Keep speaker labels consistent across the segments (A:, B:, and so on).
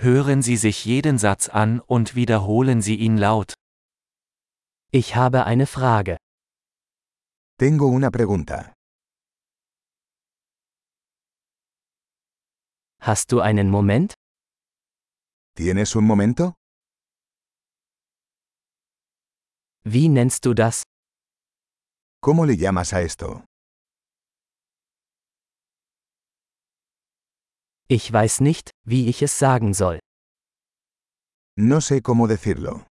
A: Hören Sie sich jeden Satz an und wiederholen Sie ihn laut.
B: Ich habe eine Frage.
C: Tengo una pregunta.
B: Hast du einen Moment?
C: ¿Tienes un momento?
B: Wie nennst du das?
C: ¿Cómo le llamas a esto?
B: Ich weiß nicht, wie ich es sagen soll.
C: No sé cómo decirlo.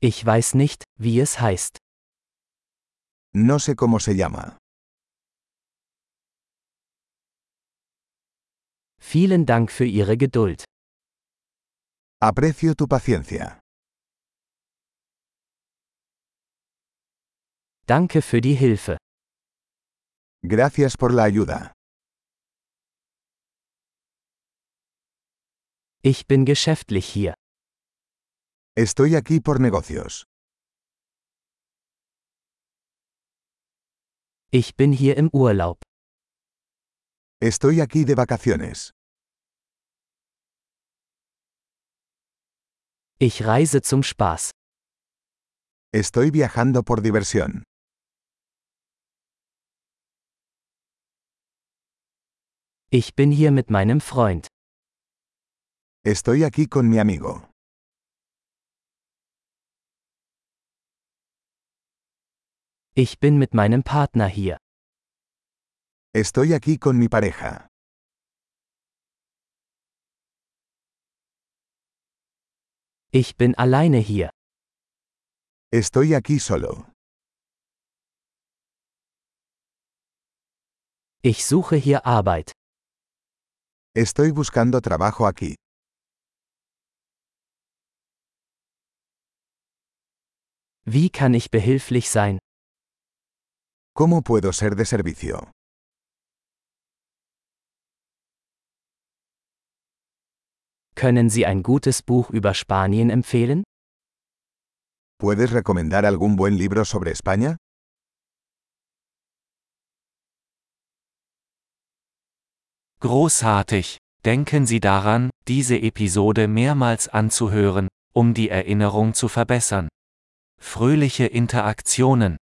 B: Ich weiß nicht, wie es heißt.
C: No sé cómo se llama.
B: Vielen Dank für Ihre Geduld.
C: Aprecio tu paciencia.
B: Danke für die Hilfe.
C: Gracias por la ayuda.
B: Ich bin geschäftlich hier.
C: Estoy aquí por negocios.
B: Ich bin hier im Urlaub.
C: Estoy aquí de vacaciones.
B: Ich reise zum Spaß.
C: Estoy viajando por diversión.
B: Ich bin hier mit meinem Freund.
C: Estoy aquí con mi amigo.
B: Ich bin mit meinem Partner hier.
C: Estoy aquí con mi pareja.
B: Ich bin alleine hier.
C: Estoy aquí solo.
B: Ich suche hier Arbeit.
C: Estoy buscando trabajo aquí.
B: Wie kann ich behilflich sein?
C: ¿Cómo puedo ser de servicio?
B: Können Sie ein gutes Buch über Spanien empfehlen?
C: ¿Puedes recomendar algún buen libro sobre España?
A: Großartig! Denken Sie daran, diese Episode mehrmals anzuhören, um die Erinnerung zu verbessern. Fröhliche Interaktionen!